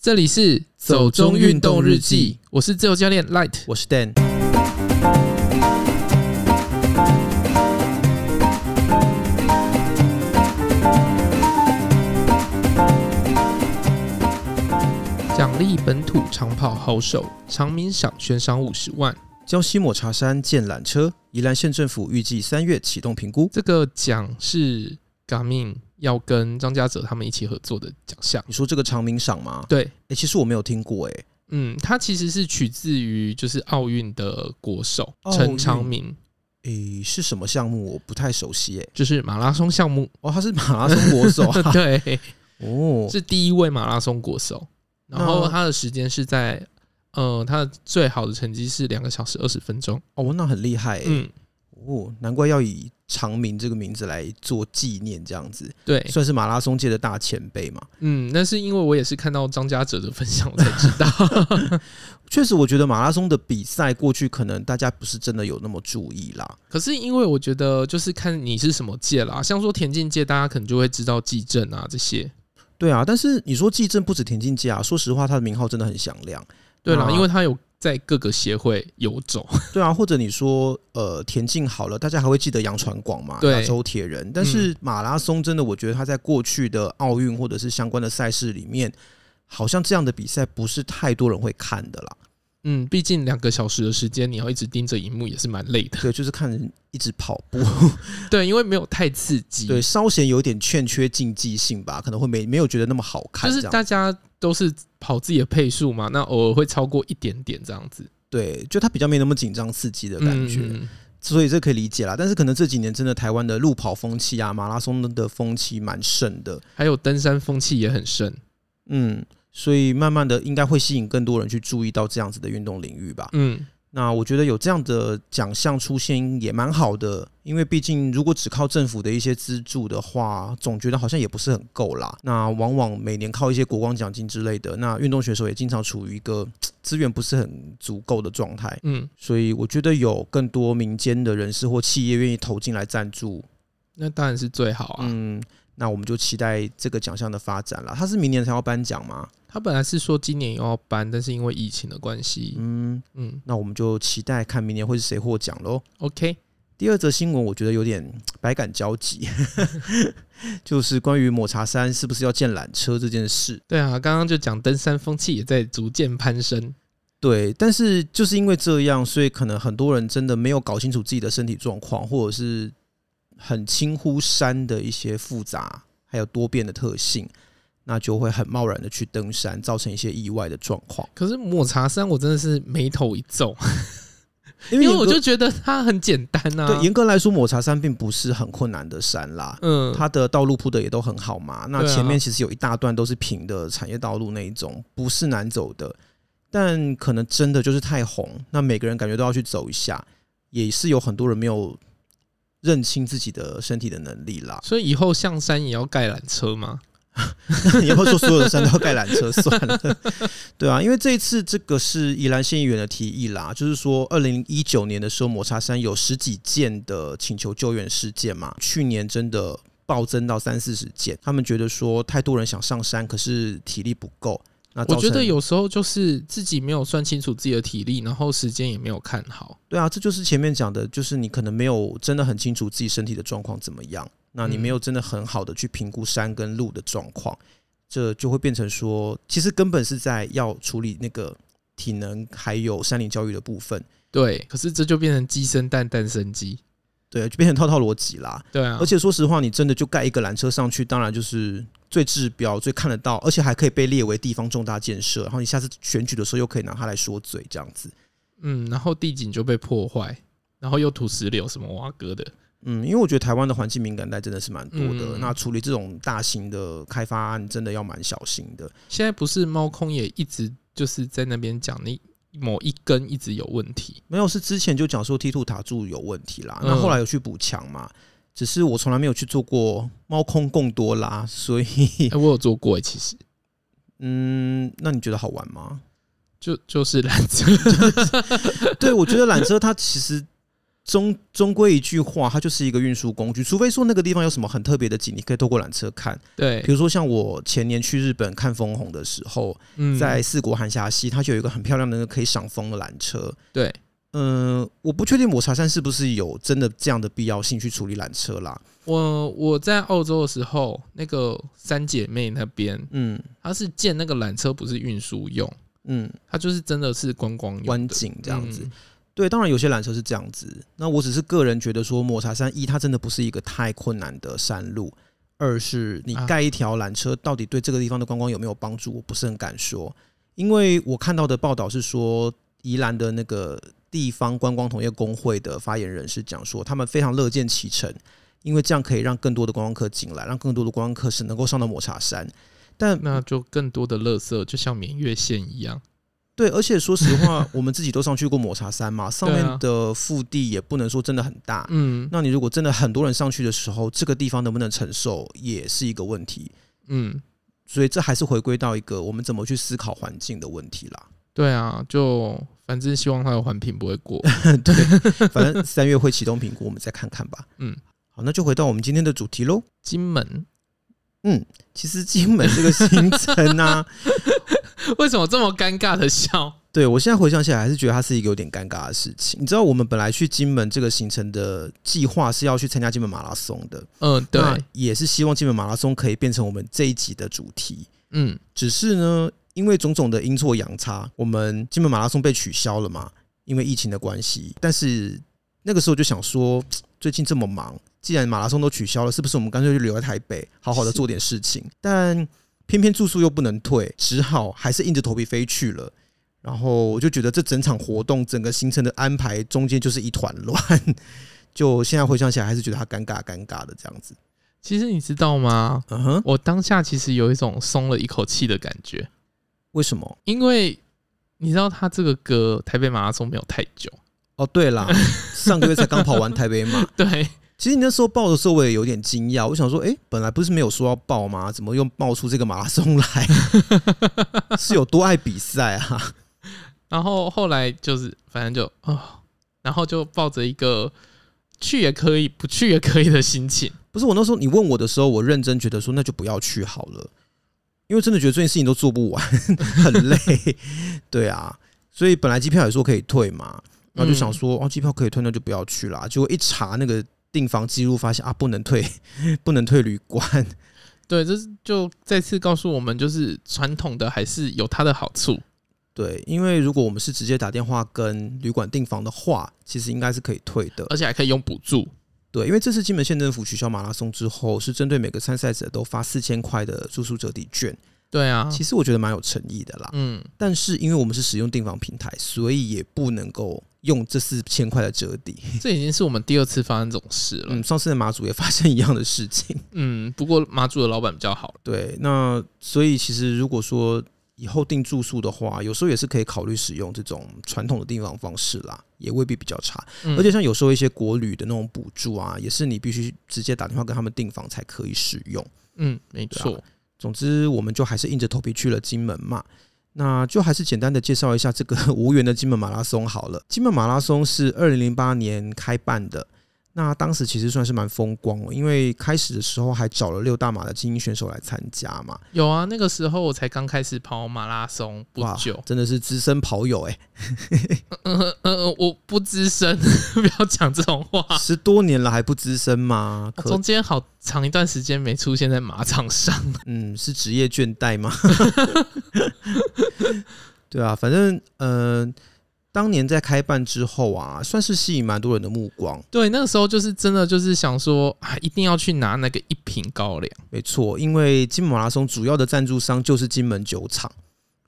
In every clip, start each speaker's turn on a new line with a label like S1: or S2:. S1: 这里是走中运动日记，我是自由教练 Light。
S2: 我是 Dan。
S1: 奖励本土长跑好手，长鸣赏悬赏五十万。
S2: 礁溪抹茶山建缆车，宜兰县政府预计三月启动评估。
S1: 这个奖是 Garmin 要跟张家泽他们一起合作的奖项。
S2: 你说这个长鸣赏吗？
S1: 对，
S2: 哎、其实我没有听过、诶
S1: 嗯，它其实是取自于就是奥运的国手
S2: 奥运
S1: 陈长明，
S2: 哎、诶是什么项目？我不太熟悉、诶
S1: 就是马拉松项目。，
S2: 哦，他是马拉松国手、啊
S1: 对，
S2: 哦，
S1: 是第一位马拉松国手。然后
S2: 那
S1: 他的时间是在，呃，他的最好的成绩是两个小时二十分钟。
S2: 哦，那很厉害、诶
S1: 嗯，
S2: 哦，难怪要以长鸣这个名字来做纪念，这样子
S1: 对，
S2: 算是马拉松界的大前辈嘛。
S1: 嗯，那是因为我也是看到张家哲的分享我才知道。
S2: 确实，我觉得马拉松的比赛过去可能大家不是真的有那么注意啦。
S1: 可是因为我觉得就是看你是什么界啦，像说田径界，大家可能就会知道纪政啊这些。
S2: 对啊，但是你说季正不止田径界啊，说实话，他的名号真的很响亮。
S1: 对啦，
S2: 啊
S1: 因为他有在各个协会游走。
S2: 对啊，或者你说呃田径好了，大家还会记得杨传广嘛，
S1: 对嗯
S2: 亚洲铁人。但是马拉松真的，我觉得他在过去的奥运或者是相关的赛事里面，好像这样的比赛不是太多人会看的啦。
S1: 嗯，毕竟两个小时的时间，你要一直盯着荧幕也是蛮累的。
S2: 对，就是看人一直跑步，
S1: 对，因为没有太刺激。
S2: 对，，稍显有点欠缺竞技性吧，可能会没没有觉得那么好看
S1: 就
S2: 这
S1: 是
S2: 样。
S1: 大家都是跑自己的配速嘛，那偶尔会超过一点点这样子嗯
S2: 对，就他比较没那么紧张刺激的
S1: 的
S2: 感觉。所以这可以理解啦。但是可能这几年真的台湾的路跑风气啊，马拉松的风气蛮盛的，
S1: 还有登山风气也很盛。
S2: 嗯，所以慢慢的应该会吸引更多人去注意到这样子的运动领域吧。
S1: 嗯，
S2: 那我觉得有这样的奖项出现也蛮好的，因为毕竟如果只靠政府的一些资助的话，总觉得好像也不是很够啦。那往往每年靠一些国光奖金之类的，那运动选手也经常处于一个嘖资源不是很足够的状态。
S1: 嗯，
S2: 所以我觉得有更多民间的人士或企业愿意投进来赞助，
S1: 那当然是最好啊。
S2: 嗯，那我们就期待这个奖项的发展啦。它是明年才要颁奖吗？
S1: 他本来是说今年又要搬，但是因为疫情的关系，
S2: 嗯，
S1: 嗯
S2: 那我们就期待看明年会是谁获奖喽。
S1: ，OK，
S2: 第二则新闻，我觉得有点百感交集， 就是关于抹茶山是不是要建缆车这件事。
S1: 对啊，刚刚就讲登山风气也在逐渐攀升，
S2: 对，但是就是因为这样，所以可能很多人真的没有搞清楚自己的身体状况，或者是很轻忽山的一些复杂还有多变的特性，那就会很贸然的去登山，造成一些意外的状况。
S1: 可是抹茶山我真的是眉头一皱，
S2: 因
S1: 因为
S2: 严格
S1: 我就觉得它很简单啊。
S2: 对，严格来说，抹茶山并不是很困难的山啦，
S1: 嗯，
S2: 它的道路铺的也都很好嘛。那
S1: 对啊。
S2: 前面其实有一大段都是平的产业道路那一种，不是难走的，但可能真的就是太红，那每个人感觉都要去走一下，也是有很多人没有认清自己的身体的能力啦
S1: 所以以后象山也要盖缆车吗？
S2: 你要不要说所有的山都要盖缆车 算了？对啊，因为这一次这个是宜兰县议员的提议啦，就是说二零一九年的时候，抹茶山有十几件的请求救援事件嘛，去年真的暴增到三四十件。他们觉得说太多人想上山，可是体力不够。那造
S1: 我
S2: 成
S1: 觉得有时候就是自己没有算清楚自己的体力，然后时间也没有看好。
S2: 对啊，这就是前面讲的，就是你可能没有真的很清楚自己身体的状况怎么样，那你
S1: 嗯
S2: 没有真的很好的去评估山跟路的状况，这就会变成说，其实根本是在要处理那个体能还有山林教育的部分，
S1: 对，可是这就变成鸡生蛋，蛋生鸡。
S2: 对，就变成套套逻辑啦。
S1: 对啊，
S2: 而且说实话，你真的就盖一个缆车上去，当然就是最治标、最看得到，而且还可以被列为地方重大建设，然后你下次选举的时候又可以拿它来说嘴，这样子。
S1: 嗯，然后地景就被破坏，然后又土石流什么挖哥的，
S2: 嗯，因为我觉得台湾的环境敏感带真的是蛮多的，
S1: 嗯
S2: 那处理这种大型的开发案真的要蛮小心的。
S1: 现在不是猫空也一直就是在那边讲那某一根一直有问题，
S2: 没有是之前就讲说 T two 塔柱有问题啦，
S1: 嗯
S2: 那后来有去补强嘛，只是我从来没有去做过猫空贡多拉，所以
S1: 哎、我有做过欸、其实
S2: 嗯，那你觉得好玩吗？
S1: 就就是缆车，
S2: 对，我觉得缆车它其实终终归一句话，它就是一个运输工具，除非说那个地方有什么很特别的景，你可以透过缆车看。
S1: 对
S2: 比，如说像我前年去日本看枫红的时候，
S1: 嗯，
S2: 在四国海峡西，它就有一个很漂亮的那个可以赏枫的缆车。
S1: 对，
S2: 嗯、我不确定抹茶山是不是有真的这样的必要性去处理缆车啦。
S1: 我我在澳洲的时候，那个三姐妹那边，
S2: 嗯
S1: 她是建那个缆车，不是运输用，
S2: 嗯，
S1: 它就是真的是观光用的
S2: 观景这样子。
S1: 嗯
S2: 对，当然有些缆车是这样子。那我只是个人觉得说，抹茶山一它真的不是一个太困难的山路。二是你
S1: 啊
S2: 盖一条缆车，到底对这个地方的观光有没有帮助，我不是很敢说，因为我看到的报道是说，宜兰的那个地方观光同业工会的发言人是讲说，他们非常乐见其成，因为这样可以让更多的观光客进来，让更多的观光客是能够上到抹茶山。但
S1: 那就更多的垃圾，就像绵月线一样。
S2: 对，而且说实话，我们自己都上去过抹茶山嘛，上
S1: 对啊
S2: 面的腹地也不能说真的很大。
S1: 嗯
S2: 那你如果真的很多人上去的时候，这个地方能不能承受也是一个问题。
S1: 嗯，
S2: 所以这还是回归到一个我们怎么去思考环境的问题 啦。
S1: 对啊，就反正希望它的环评不会过。
S2: 反正三月会启动评估，我们再看看吧。
S1: 嗯，
S2: 好，那就回到我们今天的主题喽。
S1: 金门
S2: 其实金门这个行程啊呢、
S1: 为什么这么尴尬的笑？
S2: 对我现在回想起来，还是觉得它是一个有点尴尬的事情。你知道，我们本来去金门这个行程的计划是要去参加金门马拉松的，
S1: 嗯，对，
S2: 那也是希望金门马拉松可以变成我们这一集的主题。
S1: 嗯，
S2: 只是呢，因为种种的阴错阳差，我们金门马拉松被取消了嘛，因为疫情的关系。但是那个时候就想说，最近这么忙，既然马拉松都取消了，是不是我们干脆就留在台北，好好的
S1: 是
S2: 做点事情？但偏偏住宿又不能退，只好还是硬着头皮飞去了。然后我就觉得这整场活动、整个行程的安排中间就是一团乱， 就现在回想起来还是觉得他尴尬尴尬的这样子。
S1: 其实你知道吗？
S2: 嗯哼，
S1: 我当下其实有一种松了一口气的感觉，
S2: 为什么？
S1: 因为你知道他这个歌台北马拉松没有太久，
S2: 哦，对啦，上个月才刚跑完台北马，
S1: 对，
S2: 其实你那时候报的时候，我也有点惊讶，我想说，诶，本来不是没有说要报吗？怎么又冒出这个马拉松来？ 是有多爱比赛啊？
S1: 然后后来就是反正就啊、哦然后就抱着一个去也可以，不去也可以的心情。
S2: 不是我那时候你问我的时候，我认真觉得说，那就不要去好了，因为真的觉得这件事情都做不完， 很累。对啊，所以本来机票也说可以退嘛，然后就想说，哦，机票可以退，那就不要去啦。结果一查那个订房记录，发现啊，不能退， 不能退旅馆。
S1: 对，这是就再次告诉我们，就是传统的还是有它的好处。
S2: 对，因为如果我们是直接打电话跟旅馆订房的话，其实应该是可以退的。
S1: 而且还可以用补助。
S2: 对，因为这次金门县政府取消马拉松之后，是针对每个参赛者都发四千块的住宿折抵券，
S1: 对啊，
S2: 其实我觉得蛮有诚意的啦。
S1: 嗯，
S2: 但是因为我们是使用订房平台，所以也不能够用这四千块的折抵。
S1: 这已经是我们第二次发生这种事了。
S2: 嗯，
S1: 嗯
S2: 上次的马祖也发生一样的事情。
S1: 不过马祖的老板比较好。
S2: 对，那所以其实如果说以后订住宿的话，有时候也是可以考虑使用这种传统的订房方式啦，也未必比较差。
S1: 嗯
S2: 而且像有时候一些国旅的那种补助啊，也是你必须直接打电话跟他们订房才可以使用。
S1: 嗯，没错。
S2: 对总之，我们就还是硬着头皮去了金门嘛。那就还是简单的介绍一下这个 无缘的金门马拉松好了。金门马拉松是二零零八年开办的，那当时其实算是蛮风光哦，因为开始的时候还找了六大马的精英选手来参加嘛，
S1: 有啊，那个时候我才刚开始跑马拉松不
S2: 哇
S1: 久。
S2: 真的是资深跑友哎、
S1: 嗯嗯嗯，我不资深， 不要讲这种话。
S2: 十多年了还不资深吗？可
S1: 中间好长一段时间没出现在马场上。
S2: 嗯，是职业倦怠吗？ 对啊，反正嗯、呃当年在开办之后啊，算是吸引蛮多人的目光。
S1: 对，那个时候就是真的就是想说啊，一定要去拿那个一瓶高粱。
S2: 没错，因为金门马拉松主要的赞助商就是金门酒厂，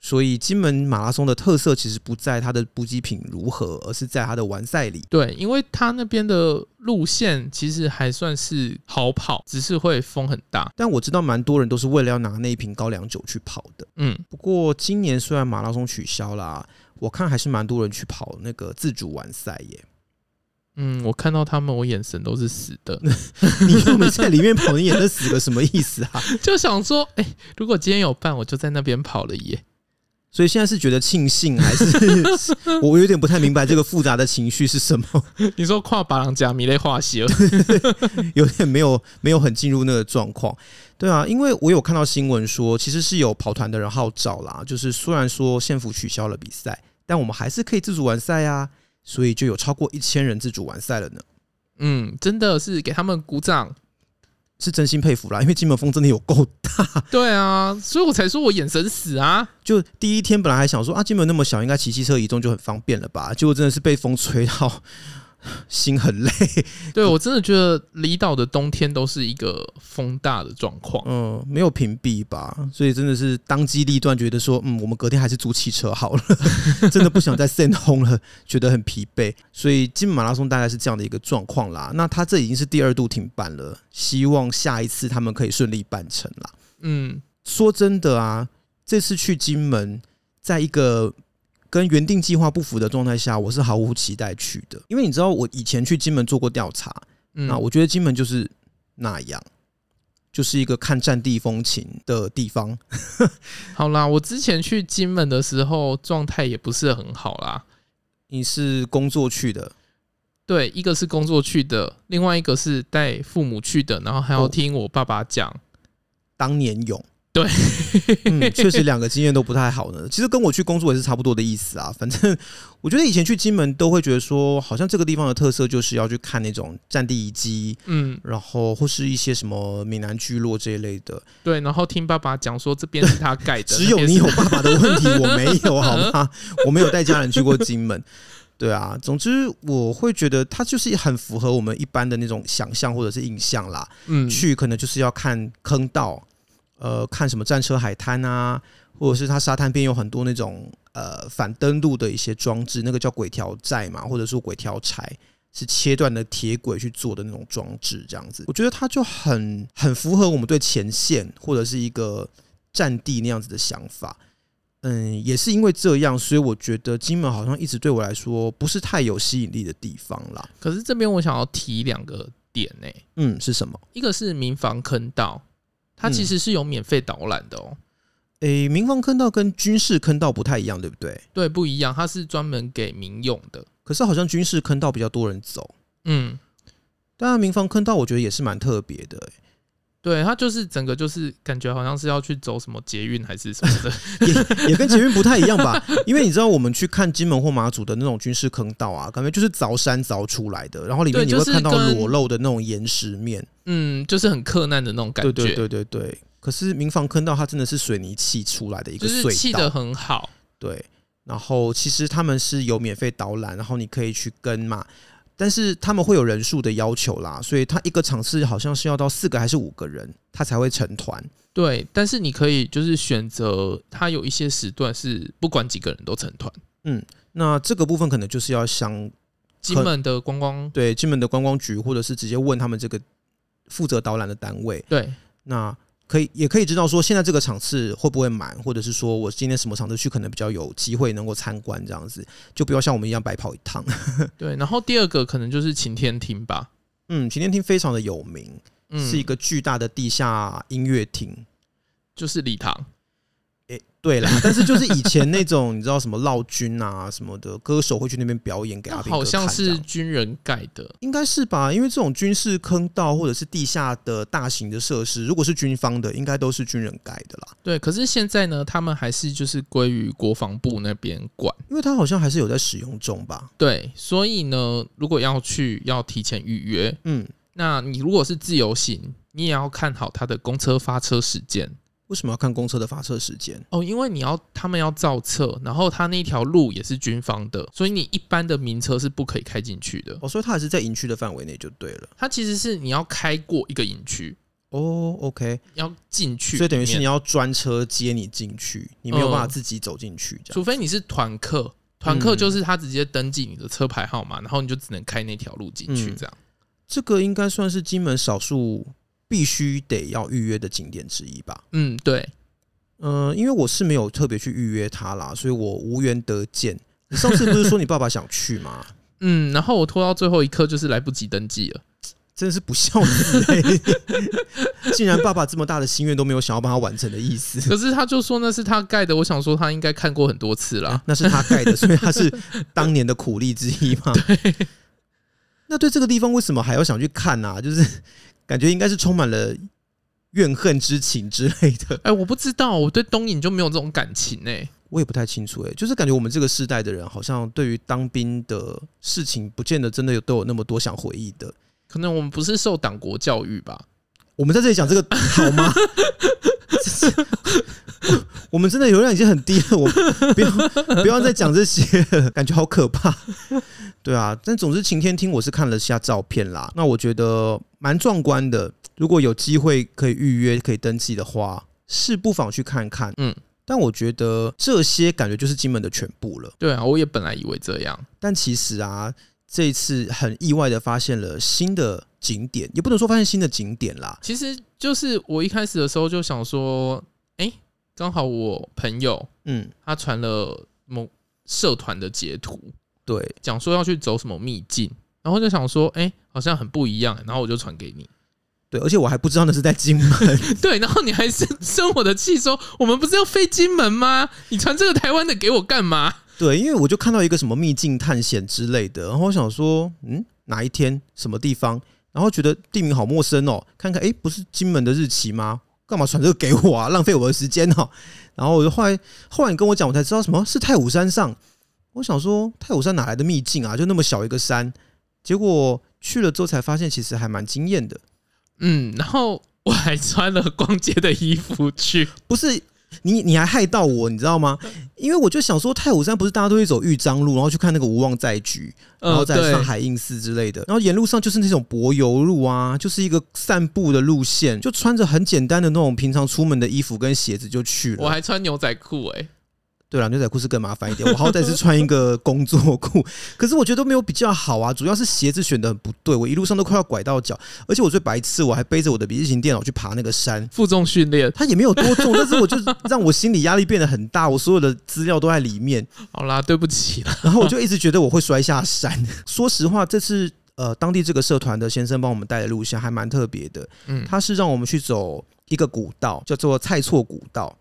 S2: 所以金门马拉松的特色其实不在它的补给品如何，而是在它的完赛里。
S1: 对，因为他那边的路线其实还算是好跑，只是会风很大。
S2: 但我知道蛮多人都是为了要拿那一瓶高粱酒去跑的。
S1: 嗯，
S2: 不过今年虽然马拉松取消啦，我看还是蛮多人去跑那个自主完赛耶。
S1: 嗯，我看到他们，我眼神都是死的，
S2: 你又没在里面跑，你演的死了什么意思啊？
S1: 就想说，哎、如果今天有办，我就在那边跑了耶。
S2: 所以现在是觉得庆幸，还是我有点不太明白这个复杂的情绪是什么，
S1: 你说跨巴郎加米类化鞋，
S2: 有点没有没有很进入那个状况。对啊，因为我有看到新闻说，其实是有跑团的人号召啦，就是虽然说县府取消了比赛，但我们还是可以自主完赛啊，所以就有超过一千人自主完赛了呢，
S1: 嗯，真的是给他们鼓掌。
S2: 是真心佩服啦，因为金门风真的有够
S1: 对啊，所以我才说我眼神死啊。
S2: 就第一天本来还想说啊，金门那么小，应该骑机车移动就很方便了吧？结果真的是被风吹到 心很累。
S1: 对
S2: 嗯
S1: 我真的觉得离岛的冬天都是一个风大的状况。
S2: 嗯，没有屏蔽吧，所以真的是当机立断，觉得说，嗯，我们隔天还是租汽车好了， 真的不想再 send 轰了，觉得很疲惫，所以金门马拉松大概是这样的一个状况啦。那它这已经是第二度停办了，希望下一次他们可以顺利办成啦。
S1: 嗯，
S2: 说真的啊，这次去金门，在一个跟原定计划不符的状态下，我是毫无期待去的，因为你知道我以前去金门做过调查，
S1: 嗯
S2: 那我觉得金门就是那样，就是一个看战地风情的地方。
S1: 好啦，我之前去金门的时候状态也不是很好啦。
S2: 你是工作去的，
S1: 对，一个是工作去的，另外一个是带父母去的，然后还要
S2: 哦
S1: 听我爸爸讲。
S2: 当年勇。
S1: 对，
S2: 嗯，确实两个经验都不太好呢。其实跟我去工作也是差不多的意思啊。反正 我觉得以前去金门都会觉得说，好像这个地方的特色就是要去看那种战地遗迹，
S1: 嗯，
S2: 然后或是一些什么闽南聚落这一类的。
S1: 对，然后听爸爸讲说这边是他盖的，
S2: 只有
S1: 那边
S2: 你
S1: 是
S2: 有爸爸的问题，我没有，好吗？ 我没有带家人去过金门。对啊，总之我会觉得它就是很符合我们一般的那种想象或者是印象啦。
S1: 嗯
S2: 去可能就是要看坑道，呃，看什么战车海滩啊，或者是它沙滩边有很多那种呃反登陆的一些装置，那个叫轨条寨嘛，或者说轨条柴，是切断的铁轨去做的那种装置，这样子，我觉得它就很很符合我们对前线或者是一个战地那样子的想法。嗯，也是因为这样，所以我觉得金门好像一直对我来说不是太有吸引力的地方啦。
S1: 可是这边我想要提两个点欸呢、
S2: 嗯，是什么？
S1: 一个是民防坑道，它其实是有免费导览的哦、
S2: 诶、民防坑道跟军事坑道不太一样，对不对？
S1: 对，不一样，它是专门给民用的。
S2: 可是好像军事坑道比较多人走，
S1: 嗯，
S2: 当然民防坑道我觉得也是蛮特别的、
S1: 对，它就是整个就是感觉好像是要去走什么捷运还是什么的。
S2: 也也跟捷运不太一样吧？因为你知道我们去看金门或马祖的那种军事坑道啊，感觉就是凿山凿出来的，然后里面
S1: 对
S2: 你会
S1: 就是
S2: 看到
S1: 跟
S2: 裸露的那种岩石面，
S1: 嗯，就是很克难的那种感
S2: 对
S1: 觉，
S2: 对对对对。可是民防坑道它真的是水泥砌出来的一个
S1: 就是砌
S2: 隧
S1: 得
S2: 道，
S1: 很好。
S2: 对。然后其实他们是有免费导览，然后你可以去跟嘛，但是他们会有人数的要求啦，所以他一个场次好像是要到四个还是五个人，他才会成团。
S1: 对，但是你可以就是选择，它有一些时段是不管几个人都成团。
S2: 那这个部分可能就是要想
S1: 金门的观光，
S2: 对金门的观光局，或者是直接问他们这个负责导览的单位，
S1: 对，
S2: 那可以也可以知道说现在这个场次会不会满，或者是说我今天什么场次去可能比较有机会能够参观这样子，就不要像我们一样白跑一趟。
S1: 对，然后第二个可能就是晴天厅吧，
S2: 嗯，晴天厅非常的有名，
S1: 嗯，
S2: 是一个巨大的地下音乐厅。
S1: 就是礼堂，
S2: 对啦， 但是就是以前那种你知道什么闹军啊什么的歌手会去那边表演给阿
S1: 那
S2: 兵
S1: 好
S2: 哥
S1: 像
S2: 看这样
S1: 是军人盖的，
S2: 应该是吧，因为这种军事坑道或者是地下的大型的设施，如果是军方的，应该都是军人盖的啦。
S1: 对。可是现在呢，他们还是就是归于国防部那边管，
S2: 因为它好像还是有在使用中吧。
S1: 对。所以呢，如果要去，要提前预约。
S2: 嗯，
S1: 那你如果是自由行，你也要看好它的公车发车时间
S2: 为什么要看公车的发射时间？
S1: 哦，因为你要他们要造册，然后它那条路也是军方的，所以你一般的民车是不可以开进去的。
S2: 哦，所以它还是在营区的范围内就对了。
S1: 它其实是你要开过一个营区，
S2: 哦，OK，
S1: 要进去里面，
S2: 所以等于是你要专车接你进去，你没有
S1: 嗯
S2: 办法自己走进去这样。
S1: 除非你是团客，团
S2: 嗯
S1: 客就是他直接登记你的车牌号码，然后你就只能开那条路进去，
S2: 嗯
S1: 这样。
S2: 这个应该算是金门少数必须得要预约的景点之一吧。
S1: 嗯，对，
S2: 嗯、因为我是没有特别去预约它啦，所以我无缘得见。你上次不是说你爸爸想去吗？
S1: 嗯，然后我拖到最后一刻，就是来不及登记了。
S2: 真的是不孝子、欸，竟然爸爸这么大的心愿都没有想要帮他完成的意思。
S1: 可是他就说那是他盖的，我想说他应该看过很多次 啦。
S2: 那是他盖的，所以他是当年的苦力之一嘛。那对这个地方为什么还要想去看呢、啊？就是感觉应该是充满了怨恨之情之类的。
S1: 哎、我不知道，我对东影就没有这种感情哎、
S2: 我也不太清楚、欸，哎，就是感觉我们这个世代的人，好像对于当兵的事情，不见得真的有都有那么多想回忆的。
S1: 可能我们不是受党国教育吧？
S2: 我们在这里讲这个 好吗？这是我我们真的流量已经很低了，我不要不要再讲这些了，感觉好可怕。对啊，但总之晴天厅我是看了下照片啦，那我觉得蛮壮观的。如果有机会可以预约、可以登记的话，是不妨去看看。
S1: 嗯，
S2: 但我觉得这些感觉就是金门的全部了。
S1: 对啊，我也本来以为这样。
S2: 但其实啊，这一次很意外的发现了新的景点，也不能说发现新的景点啦，
S1: 其实就是我一开始的时候就想说，哎、刚好我朋友
S2: 嗯，
S1: 他传了某社团的截图，
S2: 对，
S1: 讲说要去走什么秘境，然后就想说，哎、好像很不一样，欸然后我就传给你。
S2: 对，而且我还不知道那是在金门，
S1: 对，然后你还生 生我的气说，我们不是要飞金门吗？你传这个台湾的给我干嘛？
S2: 对，因为我就看到一个什么秘境探险之类的，然后我想说，嗯，哪一天什么地方，然后觉得地名好陌生哦，看看，诶，不是金门的日期吗？干嘛传这个给我啊？浪费我的时间哦。然后我就后来后来你跟我讲，我才知道什么是太武山上。我想说，太武山哪来的秘境啊？就那么小一个山，结果去了之后才发现，其实还蛮惊艳的。
S1: 嗯，然后我还穿了逛街的衣服 去，
S2: 不是你，你还害到我，你知道吗？因为我就想说，太武山不是大家都会走豫章路，然后去看那个无望寨局，然后
S1: 呃，
S2: 再来
S1: 对
S2: 上，海印寺之类的，然后沿路上就是那种柏油路啊，就是一个散步的路线，就穿着很简单的那种平常出门的衣服跟鞋子就去
S1: 我
S2: 了。
S1: 还穿牛仔裤、哎诶，
S2: 对了，牛仔裤是更麻烦一点，我好歹是穿一个工作裤，可是我觉得都没有比较好啊，主要是鞋子选的很不对，我一路上都快要拐到脚，而且我最白痴，我还背着我的笔记型电脑去爬那个山。
S1: 负重训练。
S2: 它也没有多重，但是我就让我心理压力变得很大，我所有的资料都在里面，
S1: 好啦，对不起 啦，
S2: 然后我就一直觉得我会摔下山。 说实话，这次呃，当地这个社团的先生帮我们带的路线还蛮特别的，
S1: 嗯，
S2: 他是让我们去走一个古道，叫做蔡厝古道。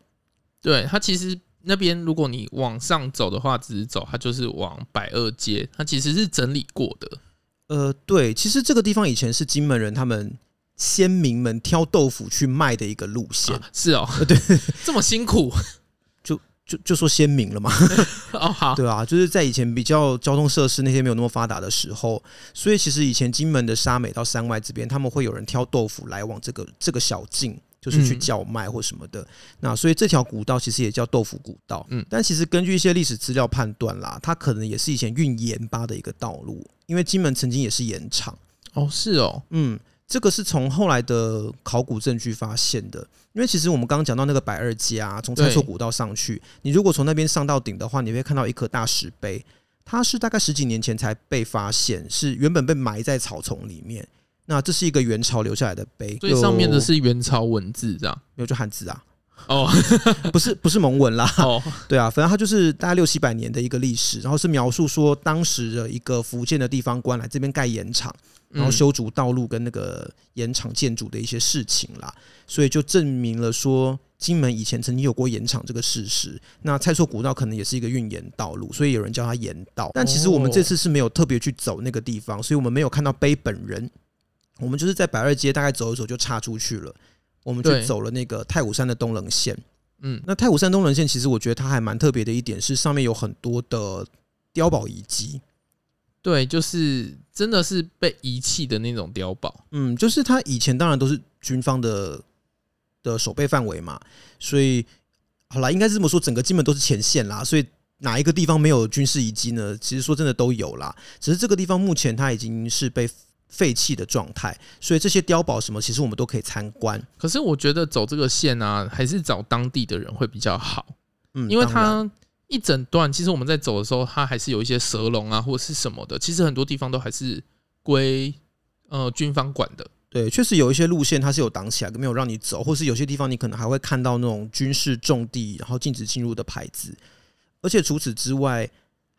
S1: 对它其实那边如果你往上走的话，只是走它就是往百二街，它其实是整理过的。
S2: 呃，对，其实这个地方以前是金门人他们先民们挑豆腐去卖的一个路线，
S1: 啊是 哦，对，这么辛苦
S2: 就就说先民了嘛。
S1: 哦，好，
S2: 对啊，就是在以前比较交通设施那些没有那么发达的时候，所以其实以前金门的沙美到山外这边，他们会有人挑豆腐来往这个这个小径。就是去
S1: 嗯
S2: 叫卖或什么的，那所以这条古道其实也叫豆腐古道，嗯
S1: 嗯，
S2: 但其实根据一些历史资料判断啦，它可能也是以前运盐巴的一个道路，因为金门曾经也是盐场。
S1: 哦是哦，
S2: 嗯，这个是从后来的考古证据发现的。因为其实我们刚刚讲到那个百二街啊，从蔡厝古道上去，你如果从那边上到顶的话，你会看到一颗大石碑，它是大概十几年前才被发现，是原本被埋在草丛里面。那这是一个元朝留下来的碑，
S1: 所以上面的
S2: 有
S1: 是元朝文字这样。
S2: 没有就汉字啊，
S1: 哦
S2: 不是不是蒙文啦，
S1: 哦，
S2: 对啊，反正它就是大概六七百年的一个历史，然后是描述说当时的一个福建的地方官来这边盖盐场。然后
S1: 嗯
S2: 修筑道路跟那个盐场建筑的一些事情啦，所以就证明了说金门以前曾经有过盐场这个事实。那蔡厝古道可能也是一个运盐道路，所以有人叫它盐道。但其实我们这次是没有特别去走那个地方，所以我们没有看到碑本人，我们就是在百二街大概走一走就岔出去了。我们去
S1: 对
S2: 走了那个太武山的东棱线，
S1: 嗯，
S2: 那太武山东棱线其实我觉得它还蛮特别的一点是上面有很多的碉堡遗迹，
S1: 对，就是真的是被遗弃的那种碉堡。
S2: 嗯，就是他以前当然都是军方的的守备范围嘛，所以好啦，应该是这么说，整个金门都是前线啦，所以哪一个地方没有军事遗迹呢？其实说真的都有啦，只是这个地方目前它已经是被废弃的状态，所以这些碉堡什么，其实我们都可以参观。
S1: 可是我觉得走这个线啊，还是找当地的人会比较好。
S2: 嗯，
S1: 因为
S2: 当然
S1: 它一整段，其实我们在走的时候，它还是有一些蛇笼啊，或者是什么的。其实很多地方都还是归呃军方管的。
S2: 对，确实有一些路线它是有挡起来，没有让你走，或是有些地方你可能还会看到那种军事重地，然后禁止进入的牌子。而且除此之外，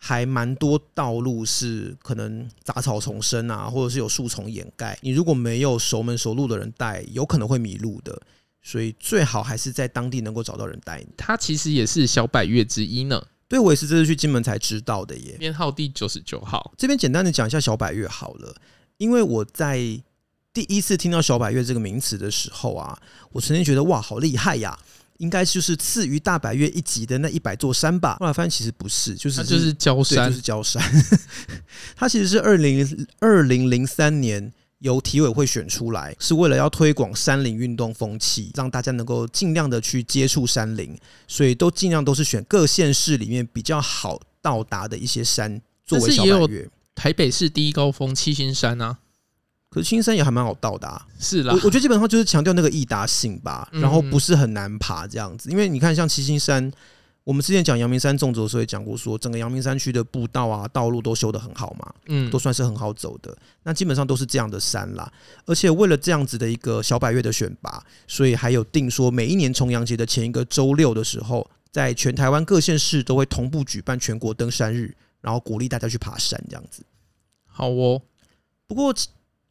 S2: 还蛮多道路是可能杂草丛生啊，或者是有树丛掩盖，你如果没有熟门熟路的人带，有可能会迷路的。所以最好还是在当地能够找到人带你。
S1: 它其实也是小百越之一呢，
S2: 对我也是这次去金门才知道的耶。
S1: 编号第九十九号。
S2: 这边简单的讲一下小百越好了，因为我在第一次听到小百越这个名词的时候啊，我曾经觉得哇，好厉害呀！应该就是次于大百越一级的那一百座山吧。后来发现其实不是，就
S1: 它
S2: 是
S1: 就是礁
S2: 对，
S1: 山
S2: 就，是焦山。 它其实是二零二零零三年由体委会选出来，是为了要推广山林运动风气，让大家能够尽量的去接触山林，所以都尽量都是选各县市里面比较好到达的一些山作为
S1: 但是
S2: 小
S1: 也有
S2: 百越。
S1: 台北市第一高峰七星山啊，
S2: 可是青山也还蛮好到达、
S1: 是啦
S2: 我我，觉得基本上就是强调那个易达性吧，
S1: 嗯
S2: 然后不是很难爬这样子。因为你看，像七星山，我们之前讲阳明山纵走的时候也讲过说整个阳明山区的步道啊、道路都修得很好嘛，
S1: 嗯
S2: 都，算是很好走的。那基本上都是这样的山啦。而且为了这样子的一个小百越的选拔，所以还有定说每一年重阳节的前一个周六的时候，在全台湾各县市都会同步举办全国登山日，然后鼓励大家去爬山这样子。
S1: 好哦，
S2: 不过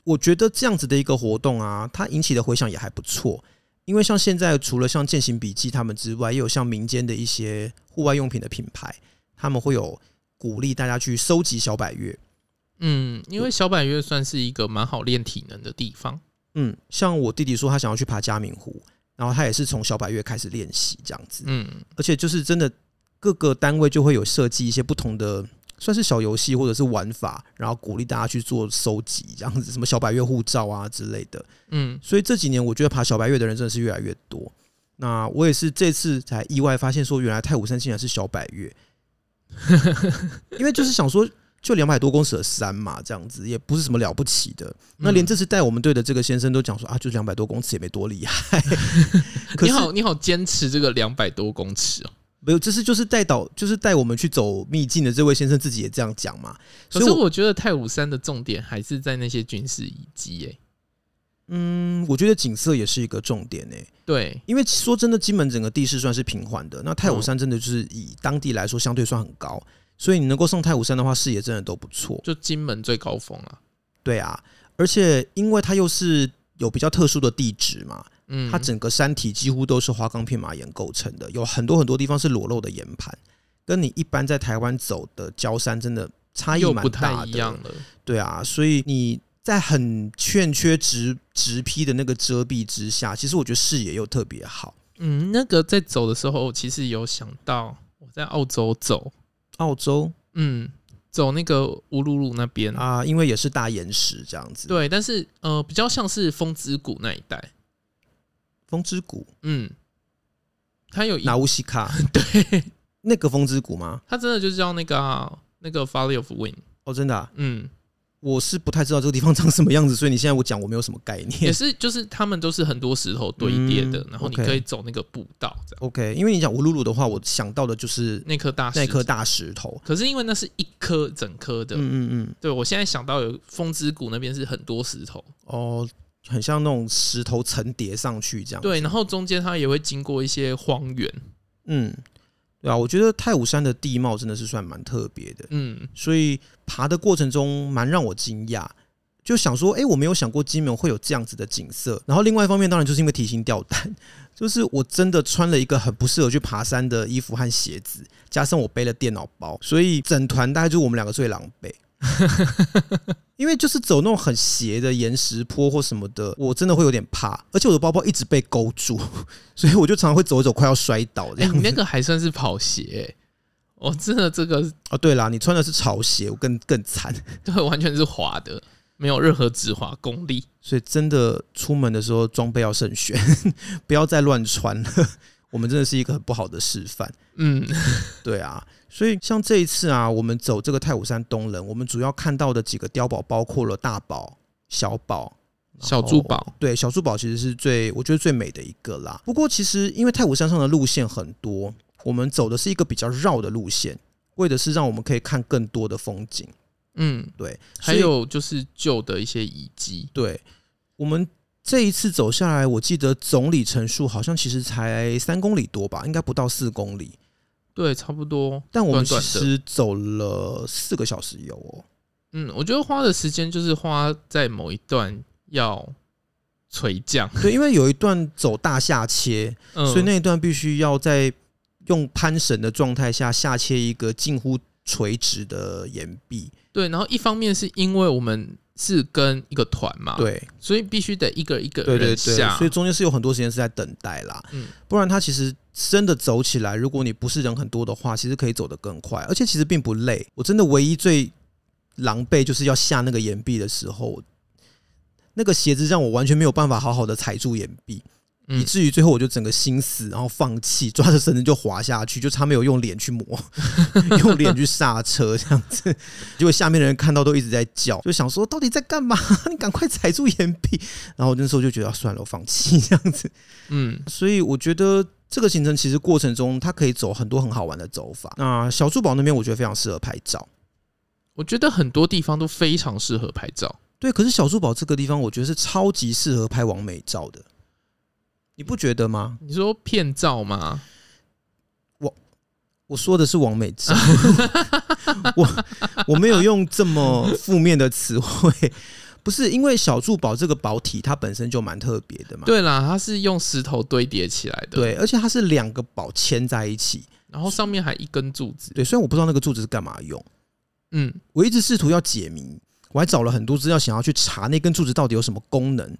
S2: 我觉得这样子的一个活动啊，它引起的回响也还不错。因为像现在除了像践行笔记他们之外，也有像民间的一些户外用品的品牌，他们会有鼓励大家去收集小百越。
S1: 嗯，因为小百越算是一个蛮好练体能的地方，
S2: 嗯，像我弟弟说他想要去爬嘉明湖，然后他也是从小百越开始练习这样子，
S1: 嗯，
S2: 而且就是真的各个单位就会有设计一些不同的。算是小游戏或者是玩法，然后鼓励大家去做收集，这样子什么小百越护照啊之类的。
S1: 嗯，
S2: 所以这几年我觉得爬小白月的人真的是越来越多。那我也是这次才意外发现说，原来太武山竟然是小百 月，因为就是想说，就两百多公尺的山嘛，这样子也不是什么了不起的。
S1: 嗯
S2: 那连这次带我们队的这个先生都讲说啊，就两百多公尺也没多厉害。
S1: 嗯你
S2: 可是
S1: 好，你好，坚持这个两百多公尺哦。
S2: 没有，这次就是带导，就是带我们去走秘境的这位先生自己也这样讲嘛。
S1: 可
S2: 所以
S1: 是
S2: 我
S1: 我觉得太武山的重点还是在那些军事遗迹，哎，
S2: 嗯，我觉得景色也是一个重点欸呢、
S1: 对，
S2: 因为说真的，金门整个地势算是平缓的，那太武山真的就是以当地来说相对算很高，所以你能够上太武山的话，视野真的都不错。
S1: 就金门最高峰啊，
S2: 对啊，而且因为它又是有比较特殊的地质嘛，
S1: 嗯，
S2: 它整个山体几乎都是花岗片马岩构成的，有很多很多地方是裸露的岩盘，跟你一般在台湾走的礁山真的差异
S1: 又
S2: 蛮
S1: 不
S2: 大
S1: 太一
S2: 的
S1: 样。了，
S2: 对啊，所以你。在很欠缺直直劈的那个遮蔽之下，其实我觉得视野又特别好。
S1: 嗯，那个在走的时候，我其实有想到我在澳洲走，
S2: 澳洲
S1: 嗯，走那个乌鲁鲁那边，
S2: 啊，因为也是大岩石这样子。，
S1: 对，但是呃，比较像是风之谷那一带，
S2: 风之谷、
S1: 嗯，它有一，
S2: 纳乌西卡
S1: 对，
S2: 那个风之谷吗？
S1: 它真的就叫那个啊、那个 Valley of Wind，
S2: 哦，真的啊、
S1: 嗯，
S2: 我是不太知道这个地方长什么样子，所以你现在我讲我没有什么概
S1: 也
S2: 念。
S1: 是就是他们都是很多石头堆叠的，
S2: 嗯
S1: 然后你
S2: OK
S1: 可以走那个步道这样，
S2: OK，因为你讲乌鲁鲁的话，我想到的就是
S1: 那颗大石
S2: 那颗大石头。
S1: 可是因为那是一颗整颗的，
S2: 嗯嗯嗯，
S1: 对我现在想到有风之谷那边是很多石头，
S2: 哦，很像那种石头层叠上去这样。，
S1: 对，然后中间它也会经过一些荒原，
S2: 嗯，对啊，我觉得太武山的地貌真的是算蛮特别的。
S1: 嗯，
S2: 所以爬的过程中蛮让我惊讶，就想说，哎、我没有想过金门会有这样子的景色。然后另外一方面，当然就是因为提心吊胆， 就是我真的穿了一个很不适合去爬山的衣服和鞋子，加上我背了电脑包，所以整团大概就是我们两个最狼狈。因为就是走那种很斜的岩石坡或什么的，我真的会有点怕，而且我的包包一直被勾住，所以我就常常会走一走，快要摔倒这
S1: 哎、
S2: 样子。
S1: 你那个还算是跑鞋、欸，我真的这个
S2: 哦，对啦，你穿的是草鞋，我更更惨。
S1: 对完全是滑的，没有任何止滑功力。
S2: 所以真的出门的时候装备要慎选， 不要再乱穿了。 我们真的是一个很不好的示范，
S1: 嗯，
S2: 对啊。所以像这一次啊，我们走这个太武山东人，我们主要看到的几个碉堡包括了大堡、小堡、然后
S1: 小珠宝，
S2: 对，小珠宝其实是最我觉得最美的一个啦。不过其实因为太武山上的路线很多，我们走的是一个比较绕的路线，为的是让我们可以看更多的风景。
S1: 嗯，
S2: 对，
S1: 还
S2: 所以
S1: 有就是旧的一些遗迹，
S2: 对，我们这一次走下来，我记得总里程数好像其实才三公里多吧，应该不到四公里。
S1: 对，差不多。
S2: 但我们其
S1: 短短的
S2: 实走了四个小时有哦。
S1: 嗯，我觉得花的时间就是花在某一段要垂降，
S2: 对，因为有一段走大下切，
S1: 嗯，
S2: 所以那一段必须要在用攀绳的状态下下切一个近乎垂直的岩壁。
S1: 对，然后一方面是因为我们是跟一个团嘛，，
S2: 对，
S1: 所以必须得一个一个
S2: 对对
S1: 人
S2: 对，
S1: 下，
S2: 所以中间是有很多时间是在等待啦。
S1: 嗯
S2: 不然它其实真的走起来，如果你不是人很多的话，其实可以走得更快，而且其实并不累。我真的唯一最狼狈就是要下那个岩壁的时候，那个鞋子让我完全没有办法好好的踩住岩壁，
S1: 嗯
S2: 以至于最后我就整个心死，然后放弃，抓着绳子就滑下去，就差没有用脸去磨， 用脸去刹车这样子。结果下面的人看到都一直在叫，就想说到底在干嘛？ 你赶快踩住岩壁！然后我那时候就觉得、啊算了，我放弃 这样子。
S1: 嗯，
S2: 所以我觉得这个行程其实过程中，它可以走很多很好玩的走法。那小珠宝那边我觉得非常适合拍照，
S1: 我觉得很多地方都非常适合拍照。
S2: 对。可是小珠宝这个地方，我觉得是超级适合拍完美照的，你不觉得吗？
S1: 你说骗照吗？
S2: 我说的是完美照，我我没有用这么负面的词汇。不是因为小珠宝这个宝体它本身就蛮特别的嘛，
S1: 对啦，它是用石头堆叠起来的，，
S2: 对，而且它是两个宝牵在一起，
S1: 然后上面还一根柱子，
S2: 对，虽然我不知道那个柱子是干嘛用，
S1: 嗯，
S2: 我一直试图要解谜，我还找了很多资料，想要去查那根柱子到底有什么功能。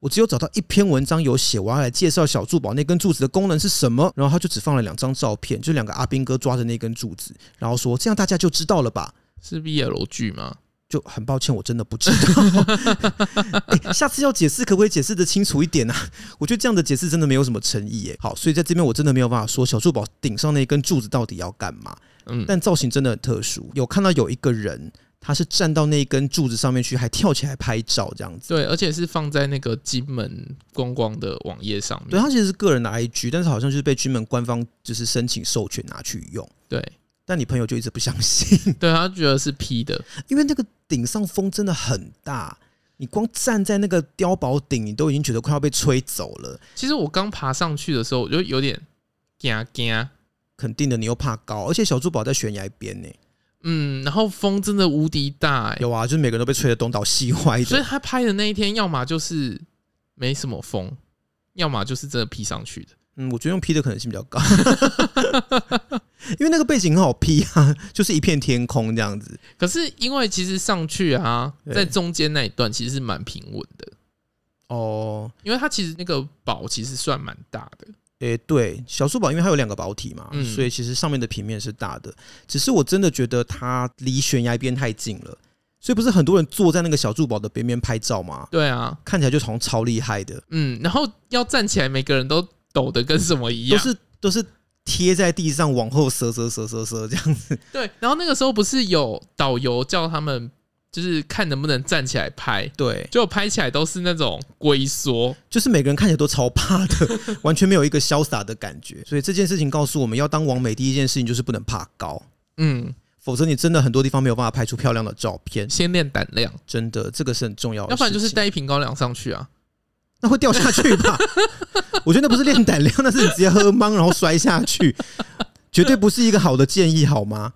S2: 我只有找到一篇文章有写，我要来介绍小珠宝那根柱子的功能是什么，然后他就只放了两张照片，就两个阿兵哥抓着那根柱子，然后说这样大家就知道了吧。
S1: 是 BL 剧吗？
S2: 就很抱歉，我真的不知道、 欸下次要解释，可不可以解释的清楚一点啊？我觉得这样的解释真的没有什么诚意耶、好，所以在这边我真的没有办法说小珠宝顶上那根柱子到底要干嘛，
S1: 嗯，
S2: 但造型真的很特殊。有看到有一个人，他是站到那根柱子上面去，还跳起来拍照这样子。
S1: 对，而且是放在那个金门观光的网页上面，
S2: 对，他其实是个人的 IG，但是好像就是被军门官方就是申请授权拿去用。
S1: 对
S2: 但你朋友就一直不相信，
S1: 对，他觉得是 P 的，
S2: 因为那个顶上风真的很大，你光站在那个碉堡顶，你都已经觉得快要被吹走了。
S1: 其实我刚爬上去的时候，我就有点惊惊，
S2: 肯定的，你又怕高，而且小珠宝在悬崖边呢、
S1: 嗯，然后风真的无敌大、欸，
S2: 有啊，就是每个人都被吹得东倒西歪
S1: 所以
S2: 的。
S1: 他拍的那一天，要么就是没什么风，要么就是真的 P 上去的。
S2: 嗯，我觉得用 P 的可能性比较高，因为那个背景很好 P 啊，就是一片天空这样子。
S1: 可是因为其实上去啊，
S2: 对
S1: 在中间那一段其实是蛮平稳的，
S2: 哦，
S1: 因为它其实那个堡其实算蛮大的。
S2: 诶、对，小珠宝因为它有两个宝体嘛，
S1: 嗯
S2: 所以其实上面的平面是大的。只是我真的觉得它离悬崖边太近了，所以不是很多人坐在那个小珠宝的边边拍照吗？
S1: 对啊，
S2: 看起来就好像超厉害的，
S1: 嗯，然后要站起来，每个人都抖得跟什么一
S2: 都
S1: 样。
S2: 是都是贴在地上往后折折折折折这样子。
S1: 对，然后那个时候不是有导游叫他们，就是看能不能站起来拍，
S2: 对，
S1: 结果拍起来都是那种龟缩。
S2: 就是每个人看起来都超怕的， 完全没有一个潇洒的感觉。所以这件事情告诉我们要当王美，第一件事情就是不能怕高，
S1: 嗯，
S2: 否则你真的很多地方没有办法拍出漂亮的照片。
S1: 先练胆量，
S2: 真的，这个是很重要的
S1: 要
S2: 事
S1: 不
S2: 情。
S1: 然就是带一瓶高粱上去啊。
S2: 那会掉下去吧？ 我觉得那不是练胆量，那是你直接喝懵然后摔下去，绝对不是一个好的建议，好吗？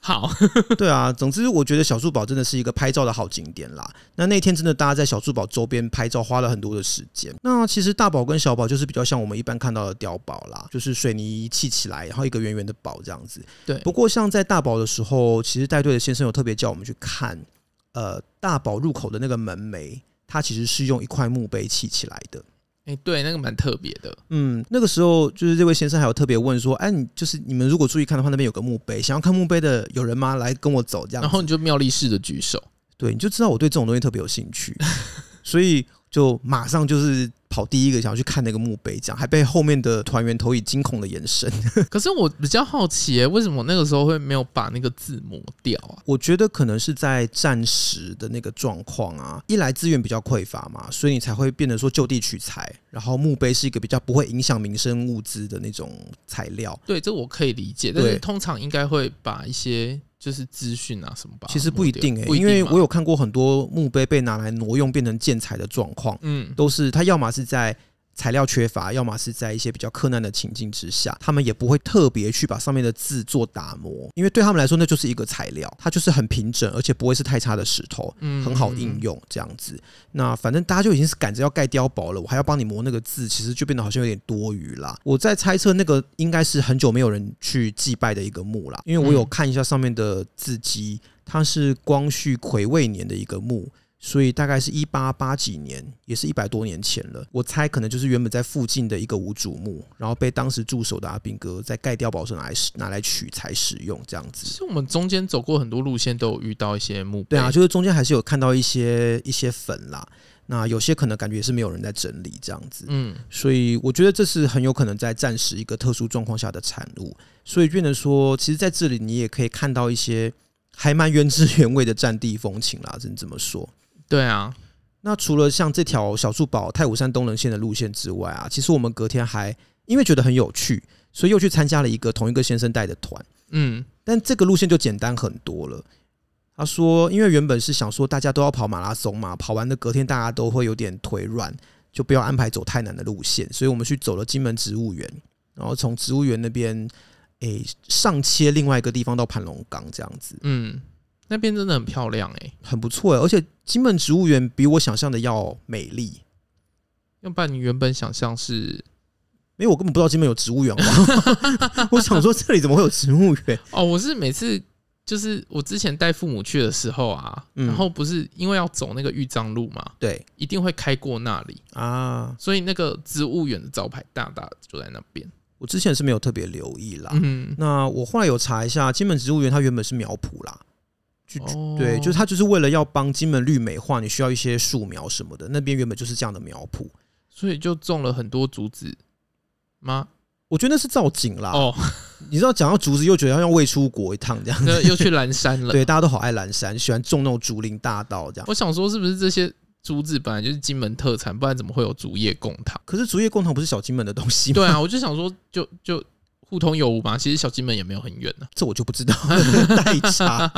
S1: 好，
S2: 对啊，总之我觉得小珠宝真的是一个拍照的好景点啦。那那天真的大家在小珠宝周边拍照花了很多的时间。那其实大宝跟小宝就是比较像我们一般看到的碉堡啦，就是水泥砌起来，然后一个圆圆的堡这样子。
S1: 对
S2: 不过像在大堡的时候，其实带队的先生有特别叫我们去看，呃，大堡入口的那个门楣，它其实是用一块墓碑砌起来的。
S1: 哎、对，那个蛮特别的。
S2: 嗯，那个时候就是这位先生还有特别问说，哎、你就是你们如果注意看的话，那边有个墓碑，想要看墓碑的有人吗？来跟我走这样子。
S1: 然后你就妙力士的举手，
S2: 对，你就知道我对这种东西特别有兴趣，所以就马上就是跑第一个想要去看那个墓碑，这样还被后面的团员投以惊恐的眼神。
S1: 可是我比较好奇、欸，为什么那个时候会没有把那个字抹掉啊？
S2: 我觉得可能是在战时的那个状况啊，一来资源比较匮乏嘛，所以你才会变得说就地取材，然后墓碑是一个比较不会影响民生物资的那种材料。
S1: 对，这我可以理解，但
S2: 对
S1: 是通常应该会把一些就是资讯啊什么吧。
S2: 其实不一定诶、欸哎
S1: 不一
S2: 因
S1: 定啊
S2: 为
S1: 嘛
S2: 我有看过很多墓碑被拿来挪用变成建材的状况，
S1: 嗯，
S2: 都是它要么是在材料缺乏，要么是在一些比较困难的情境之下，他们也不会特别去把上面的字做打磨，因为对他们来说那就是一个材料，它就是很平整，而且不会是太差的石头，
S1: 嗯
S2: 很好应用这样子。那反正大家就已经是赶着要盖碉堡了，我还要帮你磨那个字，其实就变得好像有点多余啦。我在猜测那个应该是很久没有人去祭拜的一个墓啦，因为我有
S1: 嗯
S2: 看一下上面的字迹，它是光绪癸未年的一个墓。所以大概是一八八几年，也是一百多年前了。我猜可能就是原本在附近的一个无主墓，然后被当时驻守的阿兵哥在盖碉堡时拿来使拿来取材使用这样子
S1: 其。实我们中间走过很多路线，都有遇到一些墓碑。
S2: 对啊，就是中间还是有看到一些一些粉啦，那有些可能感觉也是没有人在整理这样子，
S1: 嗯，
S2: 所以我觉得这是很有可能在暂时一个特殊状况下的产物，所以变得说，其实在这里你也可以看到一些还蛮原汁原味的战地风情啦，只能这么说。
S1: 对啊，
S2: 那除了像这条小树堡太武山东棱线的路线之外啊，其实我们隔天还因为觉得很有趣，所以又去参加了一个同一个先生带的团。
S1: 嗯，
S2: 但这个路线就简单很多了。他说，因为原本是想说大家都要跑马拉松嘛，跑完的隔天大家都会有点腿软，就不要安排走太难的路线，所以我们去走了金门植物园，然后从植物园那边诶、上切另外一个地方到盘龙岗这样子，
S1: 嗯，那边真的很漂亮哎、
S2: 很不错、欸。而且金门植物园比我想象的要美丽，
S1: 要不然你原本想象是
S2: 因为我根本不知道金门有植物园好不好我想说这里怎么会有植物园？
S1: 哦，我是每次就是我之前带父母去的时候啊，
S2: 嗯
S1: 然后不是因为要走那个豫章路嘛，
S2: 对
S1: 一定会开过那里，
S2: 啊，
S1: 所以那个植物园的招牌大大的就在那边。
S2: 我之前是没有特别留意啦。
S1: 嗯，
S2: 那我后来有查一下，金门植物园它原本是苗圃啦，就、
S1: 哦
S2: 对，就是它就是为了要帮金门绿美化，你需要一些树苗什么的，那边原本就是这样的苗圃。
S1: 所以就种了很多竹子吗？
S2: 我觉得那是造景啦，
S1: 哦，
S2: 你知道讲到竹子又觉得要为出国一趟这样子，
S1: 那又去蓝山了。
S2: 对，啊大家都好爱蓝山，喜欢种那种竹林大道这样。
S1: 我想说，是不是这些竹子本来就是金门特产，不然怎么会有竹叶贡糖？
S2: 可是竹叶工堂不是小金门的东西吗？
S1: 对啊，我就想说就，就互通有无嘛。其实小金门也没有很远啊呢、
S2: 这我就不知道， 代查，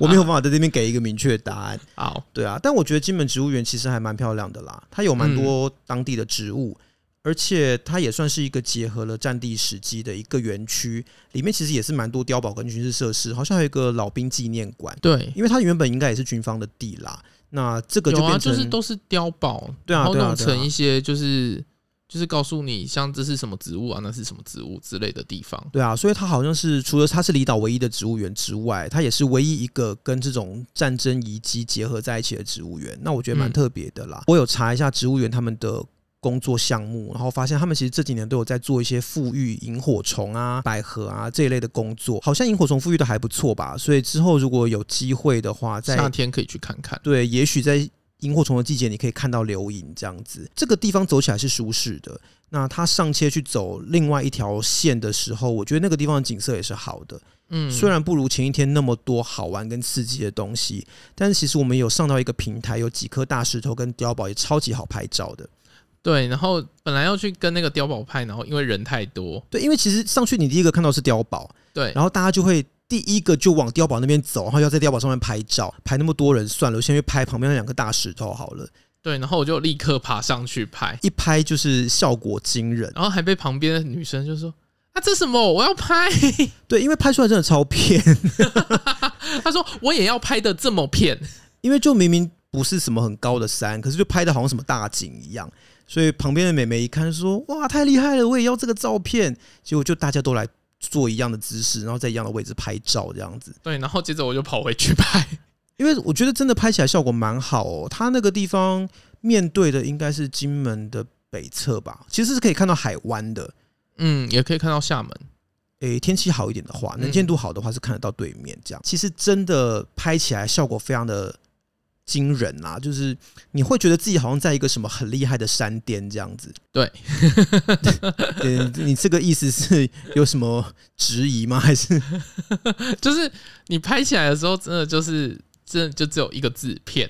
S2: 我没有办法在这边给一个明确的答案。
S1: 啊。好，
S2: 对啊，但我觉得金门植物园其实还蛮漂亮的啦，它有蛮
S1: 嗯
S2: 多当地的植物，而且它也算是一个结合了战地史迹的一个园区，里面其实也是蛮多碉堡跟军事设施，好像还有一个老兵纪念馆，
S1: 对，
S2: 因为它原本应该也是军方的地啦，那这个就
S1: 有
S2: 变
S1: 啊，
S2: 成、
S1: 就是都是碉堡，
S2: 对啊
S1: 然后
S2: 对啊
S1: 弄
S2: 对
S1: 成
S2: 啊
S1: 一些就是就是告诉你，像这是什么植物啊，那是什么植物之类的地方。
S2: 对啊，所以它好像是除了它是离岛唯一的植物园之外，它也是唯一一个跟这种战争遗迹结合在一起的植物园。那我觉得蛮
S1: 嗯
S2: 特别的啦。我有查一下植物园他们的。工作项目，然后发现他们其实这几年都有在做一些富育萤火虫啊、百合啊这一类的工作，好像萤火虫富育的还不错吧。所以之后如果有机会的话，在
S1: 夏天可以去看看。
S2: 对，也许在萤火虫的季节，你可以看到流萤这样子。这个地方走起来是舒适的。那它上切去走另外一条线的时候，我觉得那个地方的景色也是好的。
S1: 嗯，
S2: 虽然不如前一天那么多好玩跟刺激的东西，但是其实我们有上到一个平台，有几颗大石头跟碉堡，也超级好拍照的。
S1: 对，然后本来要去跟那个碉堡派，然后因为人太多，
S2: 对，因为其实上去你第一个看到是碉堡，
S1: 对，
S2: 然后大家就会第一个就往碉堡那边走，然后要在碉堡上面拍照，排那么多人算了，我先去拍旁边那两个大石头好了，
S1: 对，然后我就立刻爬上去拍，
S2: 一拍就是效果惊人。
S1: 然后还被旁边的女生就说：“啊，这什么？我要拍。
S2: 对，因为拍出来真的超骗，”
S1: 她说：“我也要拍的这么片。
S2: 因为就明明不是什么很高的山，可是就拍的好像什么大景一样。所以旁边的美眉一看就说：“哇，太厉害了，我也要这个照片。”结果就大家都来做一样的姿势，然后在一样的位置拍照这样子。”
S1: 对，然后接着我就跑回去拍。
S2: 因为我觉得真的拍起来效果蛮好哦。它那个地方面对的应该是金门的北侧吧，其实是可以看到海湾的。
S1: 嗯，也可以看到厦门。
S2: 诶、天气好一点的话，
S1: 嗯
S2: 能见度好的话是看得到对面这样。其实真的拍起来效果非常的惊人啊，就是你会觉得自己好像在一个什么很厉害的山巅这样子。
S1: 对，
S2: 对，你这个意思是有什么质疑吗？还是
S1: 就是你拍起来的时候，真的就是真的就只有一个字片。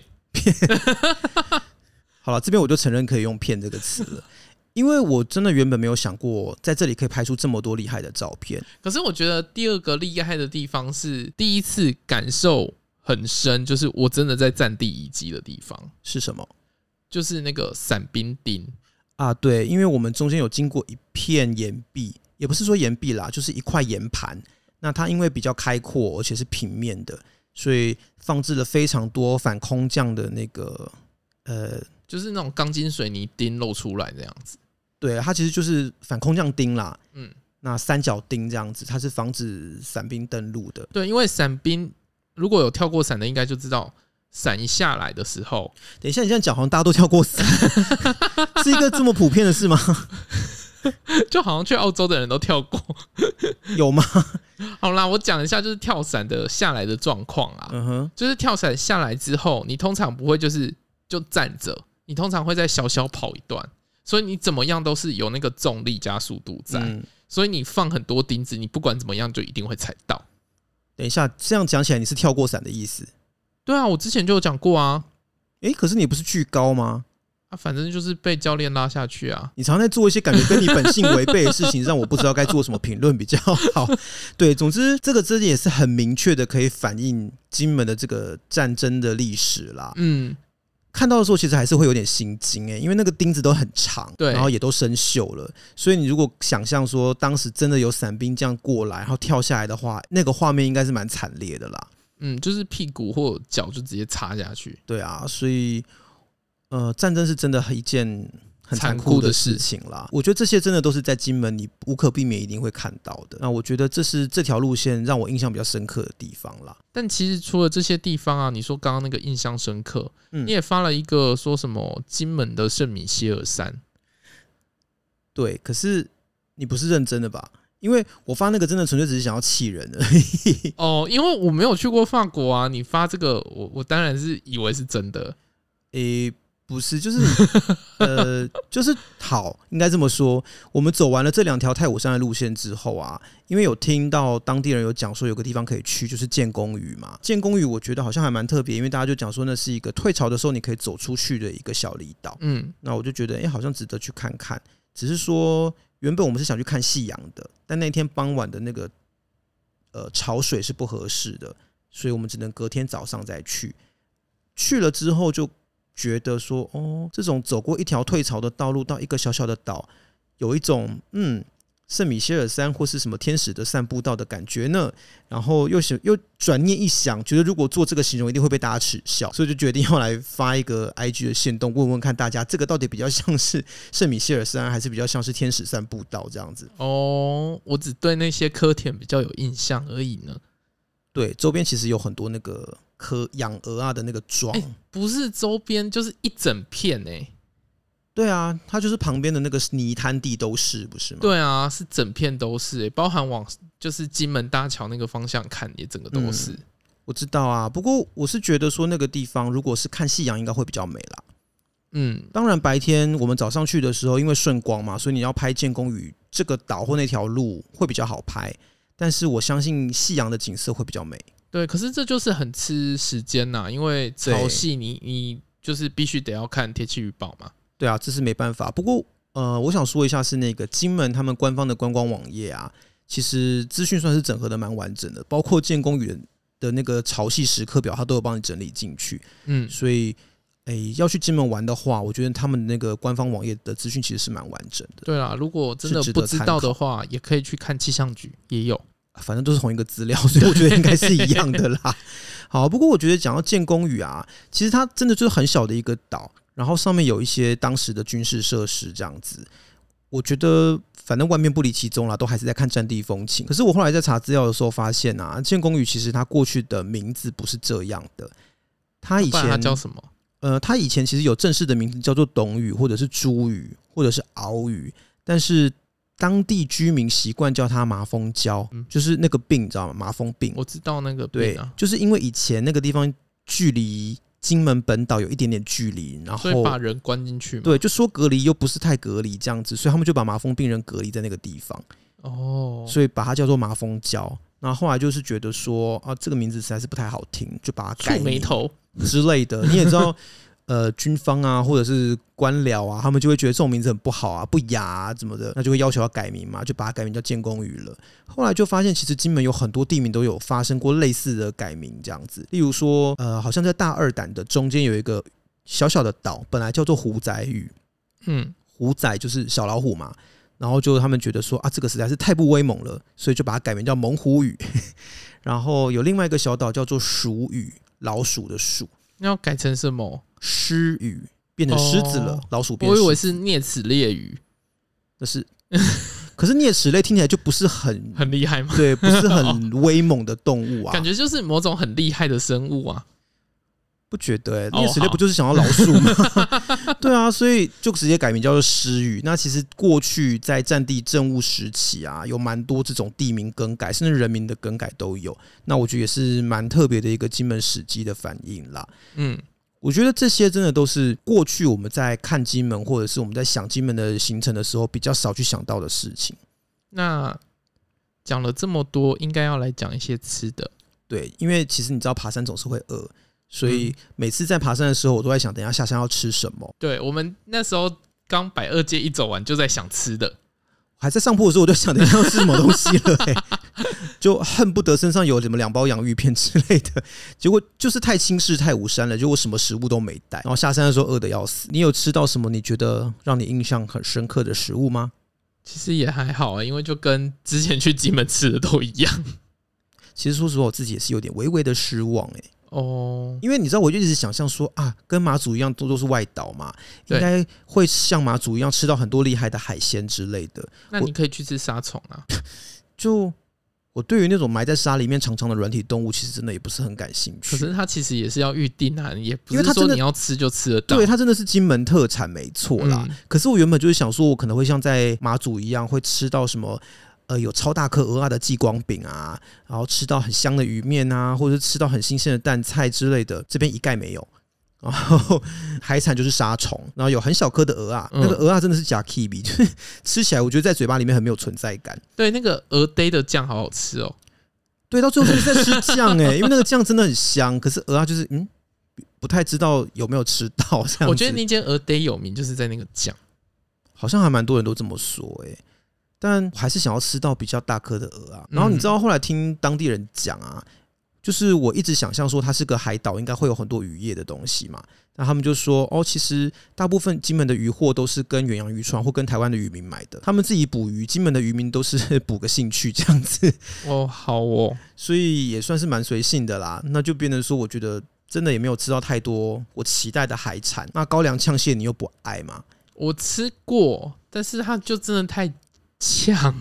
S2: 好了，这边我就承认可以用“骗”这个词了。因为我真的原本没有想过，在这里可以拍出这么多厉害的照片。
S1: 可是我觉得第二个厉害的地方是，第一次感受很深，就是我真的在战地遗迹的地方，
S2: 是什么？
S1: 就是那个伞兵町。
S2: 啊，对，因为我们中间有经过一片岩壁，也不是说岩壁啦，就是一块岩盘。那它因为比较开阔，而且是平面的，所以放置了非常多反空降的那个呃，
S1: 就是那种钢筋水泥钉露出来这样子。
S2: 对，它其实就是反空降钉啦。
S1: 嗯，
S2: 那三角钉这样子，它是防止伞兵登陆的。
S1: 对，因为伞兵如果有跳过伞的，应该就知道伞一下来的时候，
S2: 等一下，你这样讲好像大家都跳过伞， 是一个这么普遍的事吗？
S1: 就好像去澳洲的人都跳过。
S2: 有吗？
S1: 好啦，我讲一下就是跳伞的下来的状况啊，
S2: 嗯哼，
S1: 就是跳伞下来之后，你通常不会就是就站着，你通常会再小小跑一段，所以你怎么样都是有那个重力加速度在，
S2: 嗯，
S1: 所以你放很多钉子，你不管怎么样就一定会踩到。
S2: 等一下，这样讲起来你是跳过伞的意思？
S1: 对啊，我之前就有讲过啊，
S2: 诶，可是你不是巨高吗？
S1: 啊，反正就是被教练拉下去啊。
S2: 你常在做一些感觉跟你本性违背的事情，让我不知道该做什么评论比较好。 对，总之这个真的也是很明确的，可以反映金门的这个战争的历史啦。
S1: 嗯，
S2: 看到的时候，其实还是会有点心惊哎、因为那个钉子都很长，
S1: 对
S2: 然后也都生锈了。所以你如果想象说当时真的有伞兵这样过来，然后跳下来的话，那个画面应该是蛮惨烈的啦。
S1: 嗯，就是屁股或脚就直接插下去。
S2: 对啊，所以呃，战争是真的一件很残
S1: 残酷
S2: 酷的
S1: 的事
S2: 事情啦。我觉得这些真的都是在金门你无可避免一定会看到的。那我觉得这是这条路线让我印象比较深刻的地方啦。
S1: 但其实除了这些地方啊，你说刚刚那个印象深刻，
S2: 嗯
S1: 你也发了一个说什么金门的圣米歇尔山，
S2: 对，可是你不是认真的吧？因为我发那个真的纯粹只是想要气人而已。
S1: 哦，因为我没有去过法国啊，你发这个，我我当然是以为是真的。
S2: 诶、不是，就是你呃，就是好，应该这么说。我们走完了这两条太武山的路线之后啊，因为有听到当地人有讲说有个地方可以去，就是建功屿嘛。建功屿我觉得好像还蛮特别，因为大家就讲说那是一个退潮的时候你可以走出去的一个小离岛。
S1: 嗯，
S2: 那我就觉得，诶，好像值得去看看。只是说，原本我们是想去看夕阳的，但那天傍晚的那个呃潮水是不合适的，所以我们只能隔天早上再去。去了之后就觉得说，哦，这种走过一条退潮的道路到一个小小的岛，有一种嗯。圣米歇尔山或是什么天使的散步道的感觉呢？然后又想又转念一想，觉得如果做这个形容，一定会被大家耻笑，所以就决定要来发一个 IG 的线动，问问看大家这个到底比较像是圣米歇尔山，还是比较像是天使散步道这样子。
S1: 哦，我只对那些科田比较有印象而已呢。
S2: 对，周边其实有很多那个科养鹅啊的那个庄，
S1: 哎不是周边就是一整片哎、
S2: 对啊，它就是旁边的那个泥滩地都是，不是吗？
S1: 对啊，是整片都是、欸，包含往就是金门大桥那个方向看，也整个都是。
S2: 我知道啊，不过我是觉得说那个地方如果是看夕阳，应该会比较美啦。
S1: 嗯，
S2: 当然，白天我们早上去的时候，因为顺光嘛，所以你要拍建功屿这个岛或那条路会比较好拍。但是我相信夕阳的景色会比较美。
S1: 对。可是这就是很吃时间呐，因为潮
S2: 对
S1: 汐你你就是必须得要看天气预报嘛。
S2: 对啊，这是没办法。不过，呃，我想说一下是那个金门他们官方的观光网页啊，其实资讯算是整合的蛮完整的，包括建功屿的的那个潮汐时刻表，它都有帮你整理进去。
S1: 嗯，
S2: 所以，诶、要去金门玩的话，我觉得他们那个官方网页的资讯其实是蛮完整的。
S1: 对啦，如果真的
S2: 是值得
S1: 不知道的话，也可以去看气象局，也有。
S2: 反正都是同一个资料， 所以我觉得应该是一样的啦。 好，不过我觉得讲到建功屿啊，其实它真的就是很小的一个岛，然后上面有一些当时的军事设施这样子。我觉得反正万变不离其宗啦，都还是在看战地风情。可是我后来在查资料的时候发现啊，建功屿其实它过去的名字不是这样的，它以
S1: 不然它
S2: 前
S1: 叫什么？
S2: 呃，它以前其实有正式的名字叫做董屿，或者是朱屿，或者是鳌屿，但是当地居民习惯叫它麻风礁，
S1: 嗯
S2: 就是那个病，你知道吗？麻风病。
S1: 我知道那个
S2: 对
S1: 病啊，，
S2: 就是因为以前那个地方距离金门本岛有一点点距离，然
S1: 所以把
S2: 后
S1: 人关进去嘛。，
S2: 对，就说隔离又不是太隔离这样子，所以他们就把麻风病人隔离在那个地方，
S1: 哦，
S2: 所以把它叫做麻风礁。然后后来就是觉得说啊，这个名字实在是不太好听，就把它改
S1: 触眉
S2: 名
S1: 头。
S2: 之类的。你也知道， 呃，军方啊，或者是官僚啊，他们就会觉得这种名字很不好啊，不雅啊，怎么的，那就会要求要改名嘛，就把它改名叫建功屿了。后来就发现，其实金门有很多地名都有发生过类似的改名，这样子。例如说，呃，好像在大二胆的中间有一个小小的岛，本来叫做虎仔屿，
S1: 嗯，
S2: 虎仔就是小老虎嘛，然后就他们觉得说啊，这个实在是太不威猛了，所以就把它改名叫猛虎屿。 然后有另外一个小岛叫做鼠屿，老鼠的鼠，
S1: 那要改成什么？
S2: 狮屿变成狮子了，
S1: 哦
S2: 老鼠变
S1: 我以
S2: 狮
S1: 为
S2: 子，
S1: 是啮齿猎鱼，
S2: 那是。可是啮齿类听起来就不是很
S1: 很厉害吗？
S2: 对，不是很威猛的动物啊
S1: 感，觉就是某种很厉害的生物啊。
S2: 不觉得、欸？
S1: 哦
S2: 啮齿类不就是想要老鼠吗？ 对啊，所以就直接改名叫做狮屿。那其实过去在战地政务时期啊，有蛮多这种地名更改，甚至人名的更改都有。那我觉得也是蛮特别的一个金门史记的反应啦。
S1: 嗯，
S2: 我觉得这些真的都是过去我们在看金门，或者是我们在想金门的行程的时候，比较少去想到的事情。
S1: 那讲了这么多，应该要来讲一些吃的。
S2: 对，因为其实你知道爬山总是会饿，所以
S1: 嗯
S2: 每次在爬山的时候，我都在想，等一下下山要吃什么。
S1: 对我们那时候刚百二街一走完，就在想吃的。
S2: 还在上坡的时候，我就想等一下要吃什么东西了、欸， 就恨不得身上有什么两包洋芋片之类的。结果就是太轻视、太无山了，就我什么食物都没带。然后下山的时候饿得要死。你有吃到什么你觉得让你印象很深刻的食物吗？
S1: 其实也还好啊，因为就跟之前去金门吃的都一样。
S2: 其实说实话，我自己也是有点微微的失望、欸，
S1: 哦，
S2: 因为你知道，我就一直想象说啊，跟马祖一样都都是外岛嘛，
S1: 对
S2: 应该会像马祖一样吃到很多厉害的海鲜之类的。
S1: 那你可以去吃沙虫啊。
S2: 就我对于那种埋在沙里面长长的软体动物，其实真的也不是很感兴
S1: 可
S2: 趣。
S1: 是它其实也是要预定啊，也不
S2: 因为
S1: 是
S2: 它真
S1: 说
S2: 的
S1: 你要吃就吃得到。
S2: 对，它真的是金门特产，没错啦。
S1: 嗯
S2: 可是我原本就是想说，我可能会像在马祖一样，会吃到什么。呃，有超大颗鹅啊的祭光饼啊，然后吃到很香的鱼面啊，或者是吃到很新鲜的蛋菜之类的，这边一概没有。然后海产就是沙虫，然后有很小颗的鹅啊，
S1: 嗯
S2: 那个鹅啊真的是假 kiwi，就是吃起来我觉得在嘴巴里面很没有存在感。
S1: 对，那个鹅呆的酱好好吃哦。
S2: 对，到最后真的在吃酱哎、 因为那个酱真的很香，可是鹅啊就是嗯，不太知道有没有吃到这样子。
S1: 我觉得那间鹅呆有名就是在那个酱。
S2: 好像还蛮多人都这么说哎、但我还是想要吃到比较大颗的鹅啊。然后你知道后来听当地人讲啊，就是我一直想象说它是个海岛，应该会有很多渔业的东西嘛。那他们就说哦，其实大部分金门的渔货都是跟远洋渔船或跟台湾的渔民买的，他们自己捕鱼，金门的渔民都是 捕个兴趣这样子，
S1: 哦，好哦，
S2: 所以也算是蛮随性的啦。那就变成说，我觉得。真的也没有吃到太多我期待的海产，那高粱呛蟹你又不爱嘛？
S1: 我吃过，但是它就真的太呛。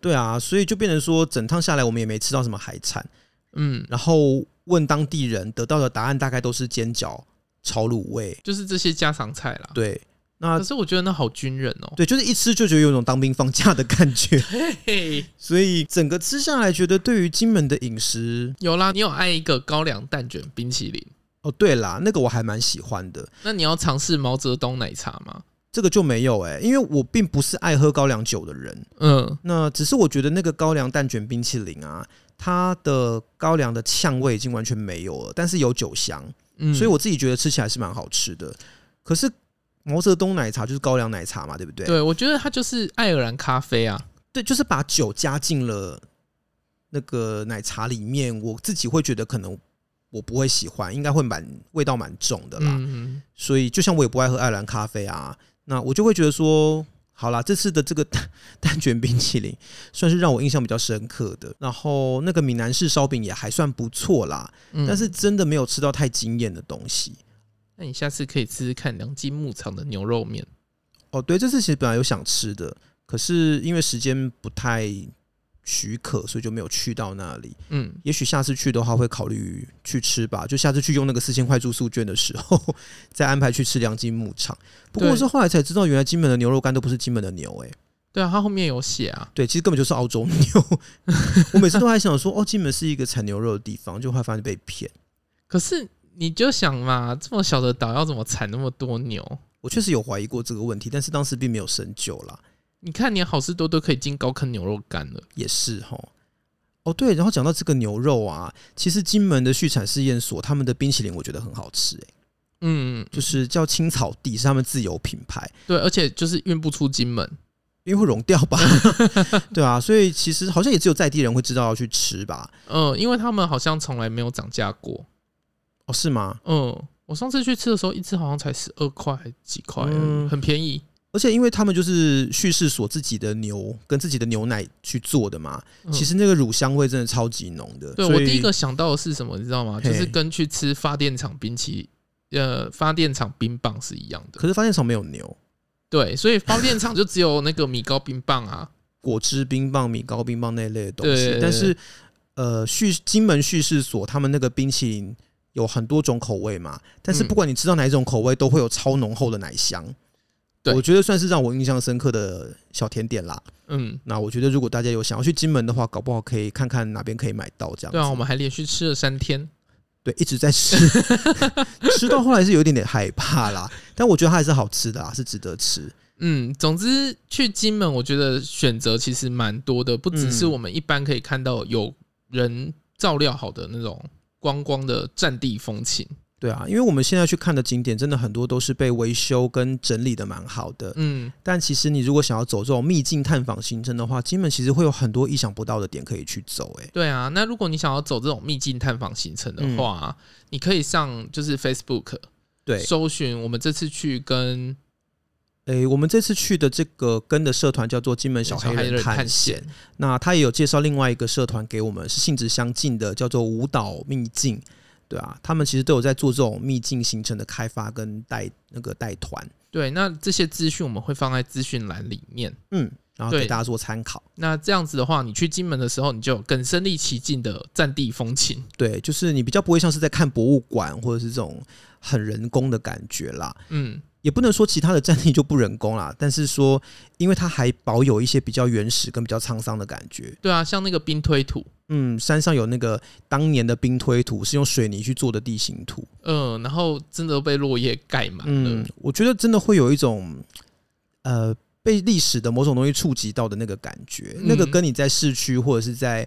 S2: 对啊，所以就变成说，整趟下来我们也没吃到什么海产，
S1: 嗯，
S2: 然后问当地人得到的答案大概都是煎饺、炒卤味。
S1: 就是这些家常菜啦。
S2: 对，那
S1: 可是我觉得那好军人 哦。
S2: 对，就是一吃就觉得有一种当兵放假的感觉，
S1: 嘿，
S2: 所以整个吃下来，觉得对于金门的饮食，
S1: 有啦，你有爱一个高粱蛋卷冰淇淋，
S2: 哦，对啦，那个我还蛮喜欢的，
S1: 那你要尝试毛泽东奶茶吗？
S2: 这个就没有哎、因为我并不是爱喝高粱酒的人，
S1: 嗯，
S2: 那只是我觉得那个高粱蛋卷冰淇淋啊，它的高粱的呛味已经完全没有了，但是有酒香，
S1: 嗯
S2: 所以我自己觉得吃起来是蛮好吃的。可是毛泽东奶茶就是高粱奶茶嘛，对不对？
S1: 对我觉得它就是爱尔兰咖啡啊。
S2: 对就是把酒加进了那个奶茶里面，我自己会觉得可能我不会喜欢，应该会蛮味道蛮重的啦。
S1: 嗯，
S2: 所以就像我也不爱喝爱尔兰咖啡啊，那我就会觉得说。好啦，这次的这个 蛋卷冰淇淋算是让我印象比较深刻的。然后那个闽南式烧饼也还算不错啦，
S1: 嗯
S2: 但是真的没有吃到太惊艳的东西。
S1: 那你下次可以试试看良记牧场的牛肉面。
S2: 哦，对，这次其实本来有想吃的，可是因为时间不太许可，所以就没有去到那里。
S1: 嗯，
S2: 也许下次去的话，会考虑去吃吧。就下次去用那个四千块住宿券的时候，再安排去吃良金牧场。不过我
S1: 对
S2: 是后来才知道，原来金门的牛肉干都不是金门的牛、欸，哎，
S1: 对啊，它后面有写啊。
S2: 对，其实根本就是澳洲牛。 我每次都还想说，哦，金门是一个产牛肉的地方，就后来发现被骗。
S1: 可是你就想嘛，这么小的岛要怎么产那么多牛？
S2: 我确实有怀疑过这个问题，但是当时并没有深究啦。
S1: 你看，连好事多都可以进高坑牛肉干了。
S2: 也是哈。哦，对，然后讲到这个牛肉啊，其实金门的畜产试验所他们的冰淇淋我觉得很好吃、欸，
S1: 嗯，
S2: 就是叫青草地，是他们自有品牌，
S1: 对，而且就是运不出金门。
S2: 因为会融掉吧， 对啊，所以其实好像也只有在地人会知道要去吃吧，
S1: 嗯，因为他们好像从来没有涨价过。呃
S2: 哦，是吗？
S1: 嗯，我上次去吃的时候，一只好像才十二块还几块而已，
S2: 嗯
S1: 很便宜。
S2: 而且因为他们就是叙事所自己的牛跟自己的牛奶去做的嘛，
S1: 嗯
S2: 其实那个乳香味真的超级浓的。
S1: 对
S2: 所
S1: 我
S2: 以
S1: 第一个想到的是什么，你知道吗？
S2: 嘿
S1: 就是跟去吃发电厂冰淇，呃，发电厂冰棒是一样的。
S2: 可是发现场没有牛，
S1: 对，所以发电厂就只有那个米糕冰棒啊。
S2: 果汁冰棒、米糕冰棒那一类的东
S1: 对对
S2: 西
S1: 对，
S2: 但是呃，叙金门叙事所他们那个冰淇淋有很多种口味嘛，但是
S1: 嗯
S2: 不管你知道哪一种口味，都会有超浓厚的奶香。
S1: 对
S2: 我觉得算是让我印象深刻的小甜点啦。
S1: 嗯，
S2: 那我觉得如果大家有想要去金门的话，搞不好可以看看哪边可以买到这样子。
S1: 对啊，我们还连续吃了三天。
S2: 对一直在吃， 吃到后来是有一点点害怕啦，但我觉得它还是好吃的啊啦，是值得吃。
S1: 嗯，总之去金门，我觉得选择其实蛮多的，不只是
S2: 嗯
S1: 我们一般可以看到有人照料好的那种光光的战地风情。
S2: 对啊，因为我们现在去看的景点，真的很多都是被维修跟整理的蛮好的。
S1: 嗯，
S2: 但其实你如果想要走这种秘境探访行程的话，金门其实会有很多意想不到的点可以去走、欸。
S1: 对啊，那如果你想要走这种秘境探访行程的
S2: 嗯
S1: 话，你可以上就是 Facebook
S2: 对，
S1: 搜寻我们这次去跟
S2: 诶、我们这次去的这个跟的社团叫做金门小黑人探险，，那他也有介绍另外一个社团给我们，是性质相近的，叫做舞蹈秘境。对啊，他们其实都有在做这种秘境行程的开发跟带那个带团，
S1: 对，那这些资讯我们会放在资讯栏里面。
S2: 嗯，然后给
S1: 对
S2: 大家做参考。
S1: 那这样子的话，你去金门的时候，你就有更身临其境的战地风情。
S2: 对，就是你比较不会像是在看博物馆或者是这种很人工的感觉啦。
S1: 嗯，
S2: 也不能说其他的战地就不人工啦，但是说，因为它还保有一些比较原始跟比较沧桑的感觉。
S1: 对啊，像那个冰推土，
S2: 嗯，山上有那个当年的冰推土是用水泥去做的地形图。
S1: 嗯，然后真的被落叶盖满了。
S2: 嗯，我觉得真的会有一种，呃，被历史的某种东西触及到的那个感觉。
S1: 嗯
S2: 那个跟你在市区或者是在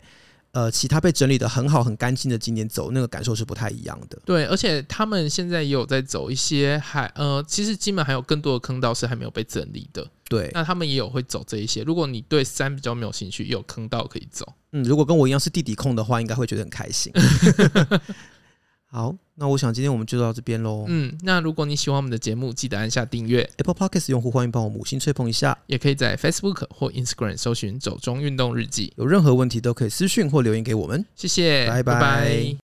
S2: 呃其他被整理的很好、很干净的景点走，那个感受是不太一样的。
S1: 对，而且他们现在也有在走一些海，呃，其实金门还有更多的坑道是还没有被整理的。
S2: 对，
S1: 那他们也有会走这一些。如果你对山比较没有兴趣，也有坑道可以走。
S2: 嗯，如果跟我一样是地底控的话，应该会觉得很开心。好，那我想今天我们就到这边喽。
S1: 嗯，那如果你喜欢我们的节目，记得按下订阅，
S2: Apple Podcast 用户欢迎帮我们五星吹捧一下，
S1: 也可以在 Facebook 或 Instagram 搜寻“走中运动日记
S2: 有任何问题都可以私讯或留言给我们。”。
S1: 谢谢，
S2: 拜拜
S1: 拜